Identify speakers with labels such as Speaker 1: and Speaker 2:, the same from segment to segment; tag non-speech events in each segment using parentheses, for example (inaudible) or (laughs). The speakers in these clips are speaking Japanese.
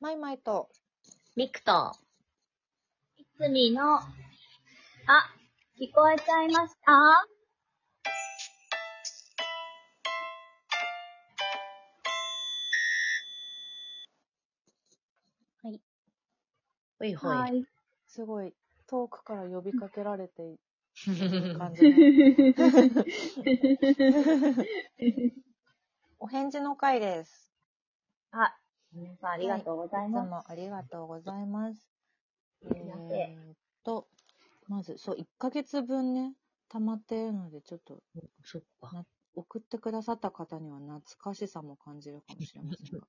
Speaker 1: マイマイと、
Speaker 2: リクと、いつみの、あ、聞こえちゃいました
Speaker 3: ほいほい。
Speaker 2: い。
Speaker 1: すごい、遠くから呼びかけられている感じの。 (laughs) お返事の回です。
Speaker 2: あ、皆さんありがとうござ
Speaker 1: い
Speaker 2: い
Speaker 1: つ
Speaker 2: ます。
Speaker 1: もありがとうございます。え
Speaker 2: ありがてえ
Speaker 1: ーっと、まず、そう、1ヶ月分ね、溜まっているので、ちょっと、
Speaker 3: そっか。
Speaker 1: 送ってくださった方には懐かしさも感じるかもしれませんが。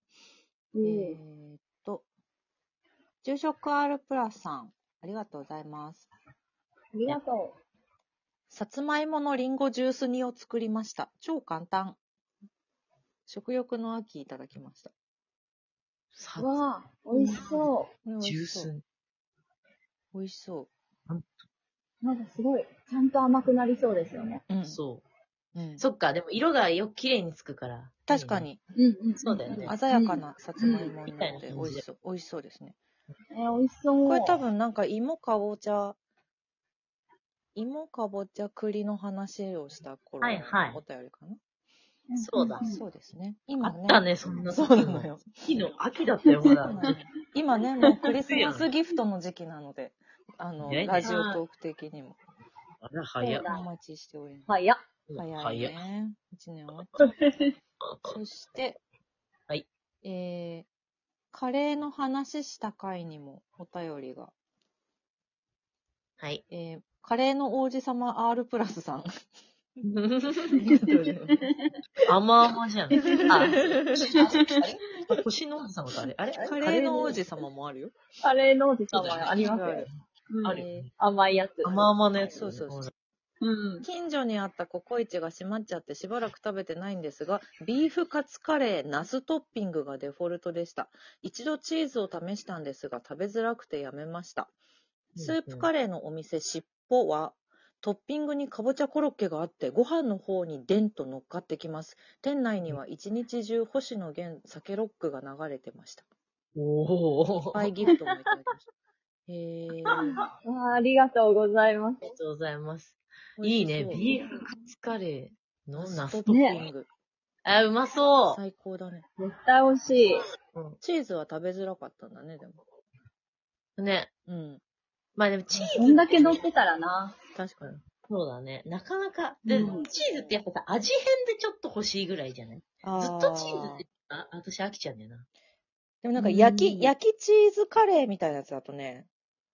Speaker 1: (laughs)
Speaker 2: う
Speaker 1: え
Speaker 2: ん
Speaker 1: ーっと、住職 R プラスさん、ありがとうございます。
Speaker 2: ありがと
Speaker 1: さつまいものりんごジュース煮を作りました。超簡単。食欲の秋いただきました。
Speaker 3: さ
Speaker 2: う。わぁ、美味しそ。
Speaker 1: これ美
Speaker 3: ジュ
Speaker 1: 味
Speaker 3: ー
Speaker 1: しそう。
Speaker 3: ス。
Speaker 1: 美味しそう
Speaker 2: なんかすごい、ちゃんと甘くなりそうですよね。
Speaker 1: う。うん。
Speaker 3: そうう。
Speaker 1: ん、
Speaker 3: そっか、でも色がよく綺麗につくから。
Speaker 1: 確か。に、
Speaker 2: うんうん。
Speaker 3: そうだよね
Speaker 1: 鮮やかなさつまいもになって、
Speaker 3: うん
Speaker 1: 美味しそう。美味しそうですね。
Speaker 2: えー、美味しそう。
Speaker 1: これ多分なんか芋かぼちゃ、芋かぼちゃ栗の話をした頃
Speaker 3: はいはい
Speaker 1: のお便りかな。
Speaker 2: ん、
Speaker 3: そうだ
Speaker 2: ん
Speaker 1: そうですね。
Speaker 3: あ
Speaker 1: 今ね。
Speaker 3: ったね、そんな
Speaker 1: そう
Speaker 3: 時
Speaker 1: な
Speaker 3: も
Speaker 1: の。よ。
Speaker 3: (laughs) 昨日、秋だったよ、ま
Speaker 1: そう
Speaker 3: だ
Speaker 1: な。のよ今ね、もうクリスマスギフトの時期なので、あの、
Speaker 3: ね
Speaker 1: ラジオトーク的にも
Speaker 3: あら、早っ
Speaker 2: そうだ
Speaker 1: お待ちしております。
Speaker 2: 早っ。
Speaker 1: 早い
Speaker 3: っ。
Speaker 1: ね。一年終わっ (laughs) そして、
Speaker 3: はい。
Speaker 1: えー、カレーの話した回にもお便りが、
Speaker 3: はい。
Speaker 1: えー、カレーの王子様 R プラス (laughs) さん。
Speaker 3: (laughs) 甘々じゃん。あ、星の王子様とあれあれ
Speaker 1: カレーの王子様もあるよ。
Speaker 2: カレーの王子様
Speaker 3: そうだね
Speaker 2: あります
Speaker 1: あ
Speaker 2: よ
Speaker 1: る。
Speaker 2: うん
Speaker 3: ある
Speaker 1: えー
Speaker 2: 甘いやつ。
Speaker 3: 甘々のやつだね。
Speaker 1: そうそうそ
Speaker 2: うん。
Speaker 1: 近所にあったココイチが閉まっちゃってしばらく食べてないんですが、ビーフカツカレー、ナストッピングがデフォルトでした。一度チーズを試したんですが、食べづらくてやめました。スープカレーのお店、しっぽは、トッピングにかぼちゃコロッケがあって、ご飯の方にデンと乗っかってきます。店内には一日中、星野源酒ロックが流れてま
Speaker 3: (laughs)
Speaker 1: した。
Speaker 3: おお。
Speaker 1: バ
Speaker 3: あ
Speaker 1: イギ
Speaker 3: り
Speaker 1: フトもいただきました。えー、
Speaker 2: わあ、ありがとうございます。
Speaker 3: がとうございます。いいね。
Speaker 1: 美味し
Speaker 3: ビーフカツカレーの
Speaker 1: そう
Speaker 3: ナ
Speaker 1: ナ
Speaker 3: ス
Speaker 1: ス
Speaker 3: と
Speaker 1: ト。ッピング。
Speaker 3: あ、うまそう。
Speaker 1: 最高だね。
Speaker 2: 絶対美味しい。
Speaker 1: チーズは食べづらかったんだね、でも。
Speaker 3: ね。
Speaker 1: うん。
Speaker 3: まあでもチーズ。
Speaker 2: こんだけ乗ってたらな。
Speaker 1: 確かに。
Speaker 3: そうだね。なかなか。で、
Speaker 2: うん
Speaker 3: チーズってやっぱさ、味変でちょっと欲しいぐらいじゃないず
Speaker 1: あー
Speaker 3: っとチーズって、あ、私飽きちゃうんだよな。
Speaker 1: でもなんか焼き、
Speaker 2: うん
Speaker 1: 焼きチーズカレーみたいなやつだとね、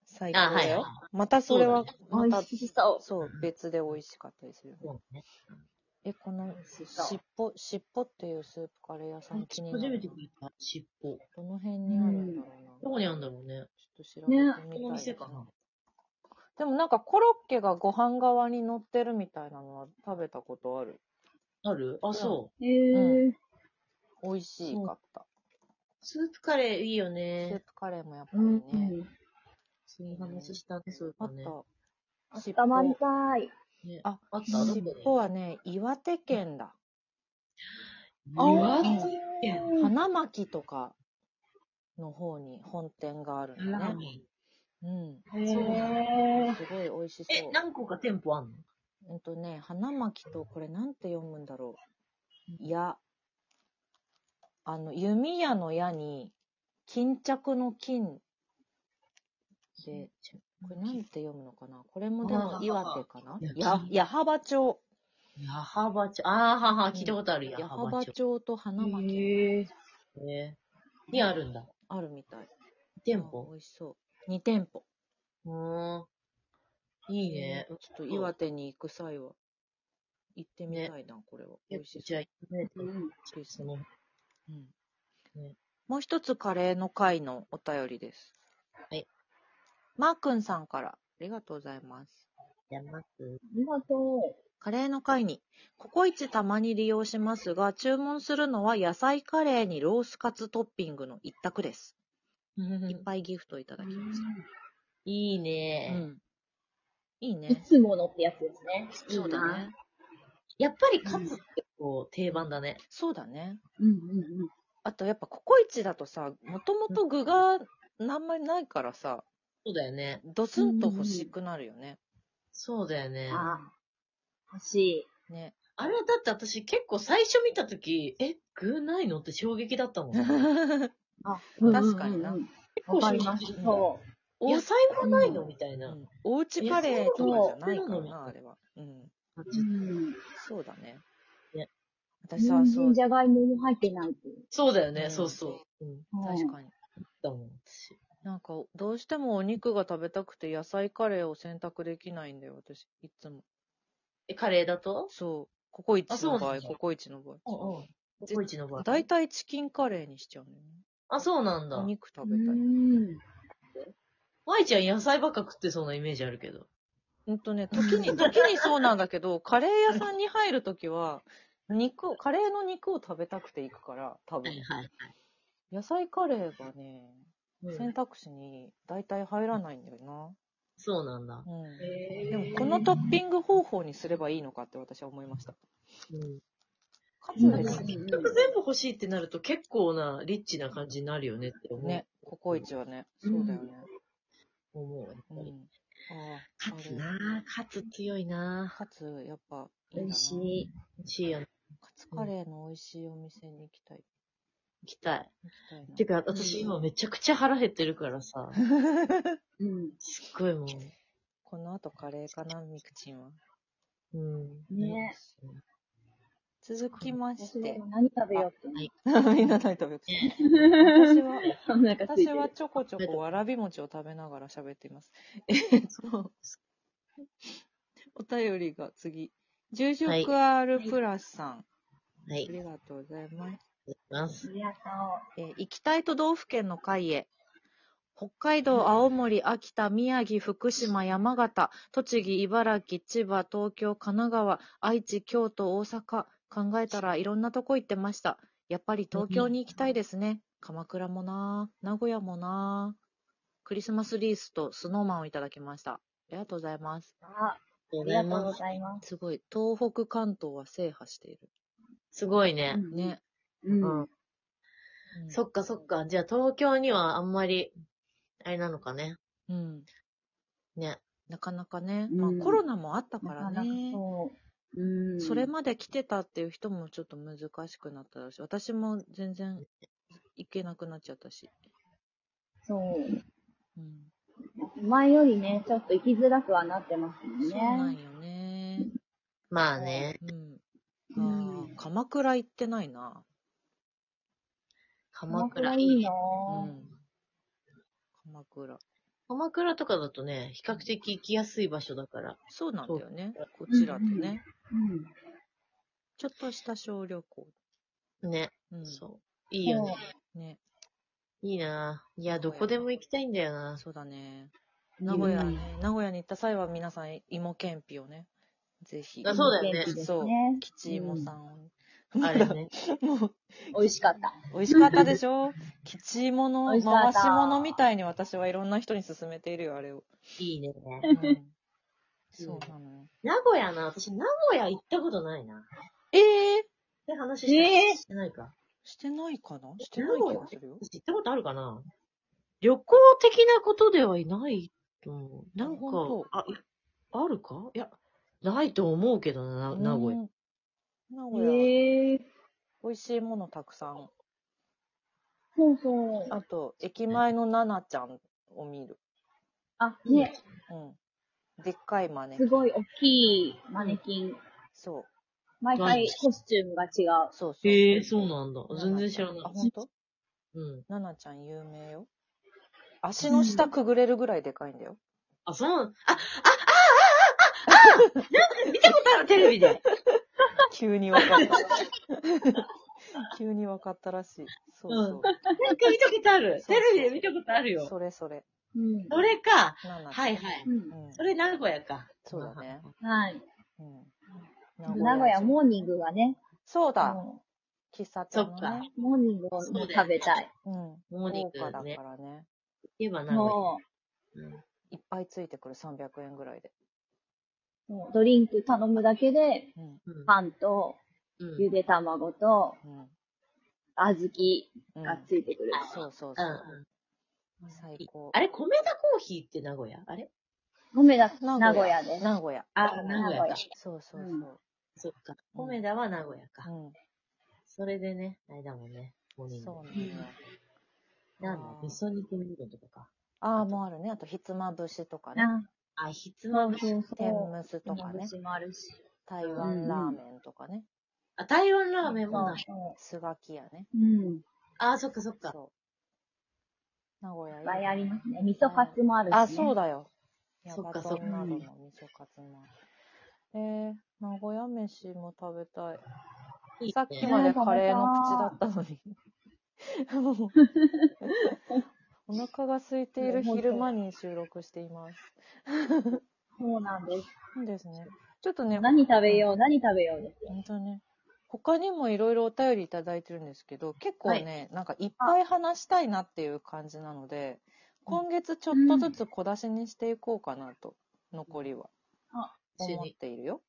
Speaker 1: 最高
Speaker 3: あ、は
Speaker 1: だ
Speaker 3: いはい
Speaker 1: よ。。またそれは、ま
Speaker 2: 美
Speaker 1: た、
Speaker 2: 味しそ
Speaker 1: そう、別で美味しかったですよ。
Speaker 3: そうね。
Speaker 1: え、この
Speaker 2: う。、美味し
Speaker 1: し
Speaker 2: そう
Speaker 1: っ。ぽ、しっぽっていうスープカレー屋さん気にな
Speaker 3: 初め
Speaker 1: る
Speaker 3: て。聞いた。尻尾。
Speaker 1: どの辺にあるんだろうな。
Speaker 3: どこにあるんだろうね。
Speaker 1: ちょっと調べてみたい、
Speaker 3: この店かな。
Speaker 1: でもなんかコロッケがご飯側に乗ってるみたいなのは食べたことある。
Speaker 3: あるあ、そう。
Speaker 2: えー、
Speaker 1: 美味しかった。
Speaker 3: スープカレーいいよ
Speaker 1: スー
Speaker 3: ね。
Speaker 1: プカレーもやっぱ
Speaker 2: う
Speaker 1: り
Speaker 2: ん。
Speaker 1: ね。
Speaker 3: そういう話したね、そう
Speaker 1: あ
Speaker 3: だ
Speaker 1: っ
Speaker 3: ね。
Speaker 1: た。しっぽ
Speaker 2: 温まりたい。
Speaker 3: ね
Speaker 1: あ
Speaker 3: あった。
Speaker 1: 尻尾
Speaker 3: は。
Speaker 1: はね、岩手県だ。
Speaker 3: 岩手県。
Speaker 2: うん
Speaker 1: 花巻とかの方に本店があるんだね。うん。
Speaker 2: へ
Speaker 1: すごい美味し
Speaker 3: え
Speaker 1: そ、う。
Speaker 3: 何個か店舗あんの
Speaker 1: うんとね、花巻と、これなんて読むんだろう。矢。あの、弓矢の矢に、巾着の金で、これなんて読むのかなこれもでも岩手かな
Speaker 3: あー
Speaker 1: や、矢巾町。
Speaker 3: 矢巾町。あーはは、聞いたことある、矢
Speaker 1: 矢
Speaker 3: 巾
Speaker 1: 巾
Speaker 3: 町。
Speaker 1: 町と花
Speaker 2: ぇ
Speaker 1: 巻
Speaker 2: へぇ
Speaker 3: ねにあるんだ。
Speaker 1: あるみたい。
Speaker 3: 店
Speaker 1: あ
Speaker 3: 舗。
Speaker 1: 美味しそう。2店舗。
Speaker 3: うーん。いいね
Speaker 1: ちょ。っと岩手に行く際は、行ってみたいな、これは。美味し
Speaker 3: じゃあ、ね、
Speaker 1: そうです
Speaker 3: そ。の、
Speaker 1: うん
Speaker 3: ね
Speaker 1: もう一つカレーの会のお便りです。
Speaker 3: はい。
Speaker 1: マー君さんから、ありがとうございます。
Speaker 3: やります。
Speaker 2: ありがと
Speaker 1: カレーの会に、ココイチたまに利用しますが、注文するのは野菜カレーにロースカツトッピングの一択
Speaker 3: (laughs)
Speaker 1: です。いっぱいギフトいた
Speaker 2: う
Speaker 1: だきまし。
Speaker 3: いい
Speaker 1: た。
Speaker 3: ね。
Speaker 1: うん。いい
Speaker 2: い
Speaker 3: (laughs)
Speaker 1: ね。
Speaker 2: つものってやつですね。
Speaker 1: そうだね。。
Speaker 3: やっぱりカツってこう定番だね。
Speaker 1: そうだね。
Speaker 2: うんうんうん。
Speaker 1: あとやっぱココイチだとさ、もともと具があんまりないからさ、
Speaker 3: そうだよね。
Speaker 1: ドスンと欲しくなるよね。
Speaker 3: そうだよね。
Speaker 2: あ、欲しい。
Speaker 1: ね。
Speaker 3: あれだって私結構最初見たとき、え、具ないのって衝撃だったもん。
Speaker 1: (laughs)
Speaker 3: 結
Speaker 2: あ、
Speaker 1: 確かにな
Speaker 2: うんうんうん
Speaker 3: 構
Speaker 2: わか
Speaker 3: 衝
Speaker 2: り
Speaker 3: 撃
Speaker 2: ます。
Speaker 1: うん
Speaker 2: そ
Speaker 1: お
Speaker 3: 野
Speaker 1: う
Speaker 3: 菜もないのみたいな。
Speaker 1: んおうちカレーとかじゃないから
Speaker 3: えそう
Speaker 1: な、
Speaker 3: なの
Speaker 1: あれは。うん。
Speaker 2: う。うん。
Speaker 1: そうだね
Speaker 3: ね。
Speaker 1: 私さ、
Speaker 2: 人
Speaker 1: そう
Speaker 2: 参、じゃがいもも入ってないっていう。
Speaker 3: そうだよ
Speaker 1: う
Speaker 3: ね、
Speaker 1: ん
Speaker 3: そうそう。うん。
Speaker 1: 確かに。
Speaker 3: だもん、私。
Speaker 1: なんか、どうしてもお肉が食べたくて野菜カレーを選択できないんだよ、私。いつも。
Speaker 3: え、カレーだと
Speaker 1: そう。ココイチの
Speaker 3: そう
Speaker 1: 場
Speaker 3: な
Speaker 1: 合、
Speaker 3: んだ
Speaker 1: ココイチの場合。
Speaker 3: うんうん。ココイチの場合。
Speaker 1: 大体チキンカレーにしちゃうんだよね。
Speaker 3: あ、そうなんだ
Speaker 1: お。肉食
Speaker 2: う
Speaker 1: べたい。
Speaker 2: ん。
Speaker 3: ワイちゃん野菜ばっか食ってそうなイメージあるけど。
Speaker 1: うんとね、時に、時にそうなんだけど、カレー屋さんに入るときは、肉を、カレーの肉を食べたくて行くから、多分。
Speaker 3: はい。
Speaker 1: 野菜カレーがね、
Speaker 3: うん
Speaker 1: 選、択肢に大体入らないんだよ
Speaker 3: そうなん
Speaker 1: な。
Speaker 3: だ。
Speaker 1: うん。
Speaker 2: へー
Speaker 1: でも、このトッピング方法にすればいいのかって私は思いました。
Speaker 3: うん
Speaker 1: カツ
Speaker 2: うん
Speaker 1: で
Speaker 2: うん
Speaker 1: すね。
Speaker 3: 結局全部欲しいってなると結構なリッチな感じになるよねって思う。
Speaker 1: ね、ココイチはね。
Speaker 2: う
Speaker 1: そ
Speaker 2: ん
Speaker 1: うだよね。
Speaker 3: 思う。やっ
Speaker 1: う
Speaker 3: ぱり
Speaker 1: ん。ああ、
Speaker 3: カツ
Speaker 1: あれ
Speaker 3: なぁ、カツ強いなぁ。
Speaker 1: カツ、やっぱ、い
Speaker 2: 美
Speaker 1: いんだ
Speaker 2: 味
Speaker 1: な
Speaker 2: しい。
Speaker 3: 美味しいよね。
Speaker 1: カツカレーの美味しいお店に行きたい。
Speaker 3: 行きたい。
Speaker 1: 行きたいな。
Speaker 3: てか、私今めちゃくちゃ腹減ってるからさ、
Speaker 2: うん。
Speaker 3: すっごいもう。
Speaker 1: この後カレーかな、ミクチンは。
Speaker 3: うん。
Speaker 2: ね
Speaker 1: 続きま
Speaker 2: 私
Speaker 1: し
Speaker 2: は
Speaker 1: て
Speaker 2: 今。何食べようって
Speaker 3: はい。
Speaker 1: (laughs) みんな何食べようか (laughs) 私は、
Speaker 2: なんかつい
Speaker 1: 私
Speaker 2: て
Speaker 1: は
Speaker 2: (laughs) る。
Speaker 1: ちょこちょこわらび餅を食べながら喋っています。えっと、お便りが次。住職 R プラスさん、
Speaker 3: はい。あり
Speaker 1: あ
Speaker 3: がと
Speaker 1: りがと
Speaker 3: う
Speaker 1: うございます。
Speaker 3: ございます。
Speaker 2: ありがと
Speaker 1: えー行きたい都道府県の会へ。北海道、青森、秋田、宮城、福島、山形、栃木、茨城、千葉、東京、神奈川、愛知、京都、大阪。考えたらいろんなとこ行ってました。やっぱり東京に行きたいですね。鎌倉もなあ名古屋もなあクリスマスリースとスノーマンをいただきました。ありがとうございます。
Speaker 2: う。あ、
Speaker 3: あ
Speaker 2: ありがとうございます。
Speaker 1: すごい。東北、関東は制覇している。
Speaker 3: すごいね。
Speaker 2: うん
Speaker 1: ね。
Speaker 2: うん。
Speaker 1: うん
Speaker 3: そっかそっか。じゃあ東京にはあんまり、あれなのかね。
Speaker 1: うん。
Speaker 3: ね。
Speaker 1: なかなかね。
Speaker 2: うん
Speaker 1: まあコロナもあったか
Speaker 2: な
Speaker 1: ら
Speaker 2: か
Speaker 1: ね。
Speaker 2: なかそう。うん。
Speaker 1: それまで来てたっていう人もちょっと難しくなったらしい。私も全然行けなくなっちゃったし。
Speaker 2: そう。
Speaker 1: うん。
Speaker 2: 前よりね、ちょっと行きづらくはなってますもん
Speaker 1: そうな
Speaker 2: ね。
Speaker 1: んよね。
Speaker 3: まあね。
Speaker 1: うん。
Speaker 2: う
Speaker 1: あ
Speaker 2: ん
Speaker 1: あ、鎌倉行ってないな。
Speaker 3: 鎌倉
Speaker 2: いいな
Speaker 1: う
Speaker 2: ぁ。
Speaker 1: ん。鎌倉。
Speaker 3: 鎌倉とかだとね、比較的行きやすい場所だから。
Speaker 1: そうなんだよね
Speaker 3: そう。
Speaker 1: こちらとね。
Speaker 2: うん。
Speaker 1: ちょっとした小旅行。
Speaker 3: ね。
Speaker 1: うん。
Speaker 3: そう。いいよね。
Speaker 1: ね。
Speaker 3: いいなぁ。い
Speaker 1: 名
Speaker 3: や、
Speaker 1: 古
Speaker 3: ど
Speaker 1: 屋
Speaker 3: こでも行きたいんだよな
Speaker 1: そうだね。名古屋
Speaker 2: う
Speaker 1: ね
Speaker 2: ん。
Speaker 1: 名古屋に行った際は皆さん、芋けんぴをね。ぜひ。
Speaker 3: あそうだよね
Speaker 2: 元気です
Speaker 1: そう
Speaker 2: ね。
Speaker 1: 吉芋さんを。
Speaker 3: あれね。
Speaker 1: もう
Speaker 2: 美味しかった。
Speaker 1: 美味しかったでし
Speaker 2: (laughs)
Speaker 1: ょ吉物、回
Speaker 2: 美味しかった
Speaker 1: し物みたいに私はいろんな人に勧めているよ、あれを。
Speaker 3: いいね。
Speaker 1: そうなのよ。
Speaker 3: 名古屋な、私名古屋行ったことないな。
Speaker 1: ええ
Speaker 3: って話し
Speaker 2: ええ
Speaker 3: してないか。
Speaker 1: してないかなして
Speaker 3: 名
Speaker 1: ない
Speaker 3: 古
Speaker 1: 気
Speaker 3: 屋
Speaker 1: が
Speaker 3: っ
Speaker 1: す
Speaker 3: て
Speaker 1: るよ。
Speaker 3: 私行ったことあるかな旅行的なことではいないと思う。なんか
Speaker 1: あ本、
Speaker 3: あ、いあるかいや、ないと思うけどな、名古屋。
Speaker 1: 屋。名古屋、
Speaker 2: へえ。
Speaker 1: 美味しいものたくさん。
Speaker 2: そうそう。
Speaker 1: あと、駅前のナナちゃんを見る。
Speaker 2: あ、ね、
Speaker 1: うん。でっかいマネキ
Speaker 2: す
Speaker 1: ン。
Speaker 2: ごい大きいマネキン。
Speaker 1: そう。
Speaker 2: 毎回コスチュームが違う。
Speaker 1: そうそう。
Speaker 3: へえそうなんだ。全然知ら
Speaker 1: あ、
Speaker 3: ない。
Speaker 1: ほんと
Speaker 3: うん。
Speaker 1: ナナちゃん有名よ。足の下くぐれるぐらいでかいんだよ。
Speaker 3: あ、そうなん、あ、あ、あ、あ、あ、あ、あ、なんか見たことある、テレビで。
Speaker 1: 急に分かった。急に分かったらしい。そうそう。
Speaker 3: なんか見たことある。
Speaker 1: そう
Speaker 3: テ
Speaker 1: そう
Speaker 3: レビで見たことあるよ。
Speaker 1: それそれ。
Speaker 2: うん。
Speaker 3: それか。
Speaker 1: なんなん
Speaker 3: はいはい。
Speaker 2: うん
Speaker 1: うん
Speaker 3: それ名古屋か。
Speaker 1: そうだね。
Speaker 2: はい。
Speaker 1: うん。
Speaker 2: 名古屋モーニングがね、
Speaker 1: そうだ。
Speaker 2: も
Speaker 1: 喫茶店の
Speaker 3: そっか
Speaker 1: ね。
Speaker 2: うモーニングを食べたい。
Speaker 1: うん。
Speaker 3: モーニング
Speaker 1: 豪華だ
Speaker 3: ね
Speaker 1: からね。
Speaker 3: 言えば名古屋。
Speaker 2: も
Speaker 3: うん
Speaker 1: いっぱいついてくる300円ぐらいで。
Speaker 2: う、もうドリンク頼むだけで、
Speaker 1: うん。
Speaker 3: うん
Speaker 2: パンと、
Speaker 3: うん
Speaker 2: ゆで卵と、
Speaker 1: うん。う
Speaker 2: 小
Speaker 1: ん
Speaker 2: 豆がついてくる。
Speaker 1: そうそう
Speaker 3: う
Speaker 1: そ
Speaker 3: ん
Speaker 1: う。
Speaker 3: うん。
Speaker 1: 最高。
Speaker 3: あれ、米田コーヒーって名古屋あれ
Speaker 2: 米田、名古屋です。
Speaker 1: 名古屋。
Speaker 3: あ、名古屋
Speaker 2: 名古
Speaker 3: か
Speaker 2: 屋。
Speaker 1: そうそう
Speaker 2: うん
Speaker 1: そ
Speaker 3: そっか。米田は名古屋か。
Speaker 1: う。うん。
Speaker 3: それでね、あれだもんね。五人で
Speaker 1: そうなんだよ。
Speaker 3: なんだ、味噌煮込みうどんとか。
Speaker 1: ああ、もうあるね。あと、ひつまぶしとかね。
Speaker 2: な
Speaker 3: あ、ひつまぶし。
Speaker 2: そう
Speaker 1: 天
Speaker 2: そ
Speaker 1: むす
Speaker 2: う。
Speaker 1: とかね。
Speaker 2: もあるし。
Speaker 1: 台湾ラーメンとかね。
Speaker 3: あ、台湾ラーメン
Speaker 2: そ
Speaker 3: も
Speaker 2: う
Speaker 3: な。
Speaker 2: そ
Speaker 1: すがきやね。
Speaker 2: う。うん。
Speaker 3: あ、そっかそっか。
Speaker 1: そう。名古
Speaker 2: い
Speaker 1: 屋
Speaker 2: っぱい
Speaker 1: よ
Speaker 2: ありますね。味噌カツもあるし、ね。
Speaker 1: あ、そうだよ。ヤ
Speaker 3: そっ
Speaker 1: バ
Speaker 3: か
Speaker 1: トンなども
Speaker 2: そっ
Speaker 1: 味噌カツもある。えー、名古屋飯も食べたい。
Speaker 3: いいね
Speaker 1: さっきまでカレーの口だったの
Speaker 3: (laughs)
Speaker 1: に。もうお腹が空いている昼間に収録しています。
Speaker 2: そうなんです。
Speaker 1: いいですね。ちょっとね、
Speaker 2: 何食べよう、何食べようですよ。
Speaker 1: 本当ね。他にもいろいろお便りいただいてるんですけど、結構ね、なんかいっぱい話したいなっていう感じなので、今月ちょっとずつ小出しにしていこうかなと、残りは
Speaker 3: 一緒
Speaker 1: 思っ
Speaker 3: に。
Speaker 1: ているよ。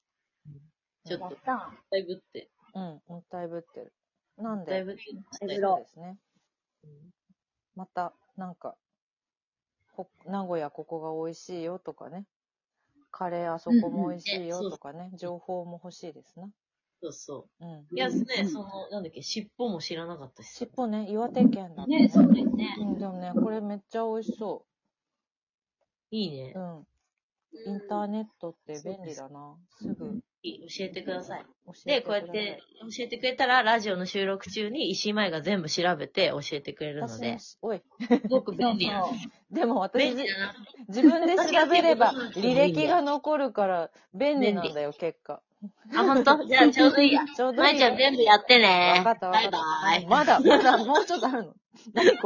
Speaker 3: ちょっ
Speaker 2: やっ
Speaker 3: と、
Speaker 2: た。
Speaker 3: だいぶって。
Speaker 1: うん、もったいぶってる。なん
Speaker 3: だい
Speaker 1: で、
Speaker 3: ぶ
Speaker 2: だいぶ
Speaker 1: そうですね。また、なんか、こ名古屋ここが美味しいよとかね、カレーあそこも美味しいよとかね、情報も欲しいですな。
Speaker 3: そうそ
Speaker 1: うん。
Speaker 3: う。いや、
Speaker 2: うん
Speaker 3: ね、その、なんだっけ、尻尾も知らなかったし。
Speaker 1: 尻尾ね、岩手県だった
Speaker 2: ね、そうですね。
Speaker 1: うん、でもね、これめっちゃ美味しそ
Speaker 3: いいね
Speaker 1: う。う。ん。インターネットって便利だな。すぐ教
Speaker 3: いい教えてください。
Speaker 1: え
Speaker 3: で、
Speaker 1: て
Speaker 3: こうやっ
Speaker 1: くださ
Speaker 3: て教えてくれたら、ラジオの収録中に石井舞が全部調べて教えてくれる
Speaker 1: い。
Speaker 3: の
Speaker 1: 私も
Speaker 3: で、
Speaker 1: し、おい、
Speaker 3: すごく便利や。
Speaker 1: でも私
Speaker 3: 便、利だな。
Speaker 1: 自分で
Speaker 3: 私が
Speaker 1: 調べれば
Speaker 3: 結構
Speaker 1: 履歴が残るから便利なんだよ、結果。
Speaker 3: あ、ほんとじゃあちょうどいいや。
Speaker 1: ちょうどいい
Speaker 3: 舞ちゃん全部やってね。
Speaker 1: わかったわかった。
Speaker 3: バイバイ。
Speaker 1: まだ、まだ、もうちょっとあるの。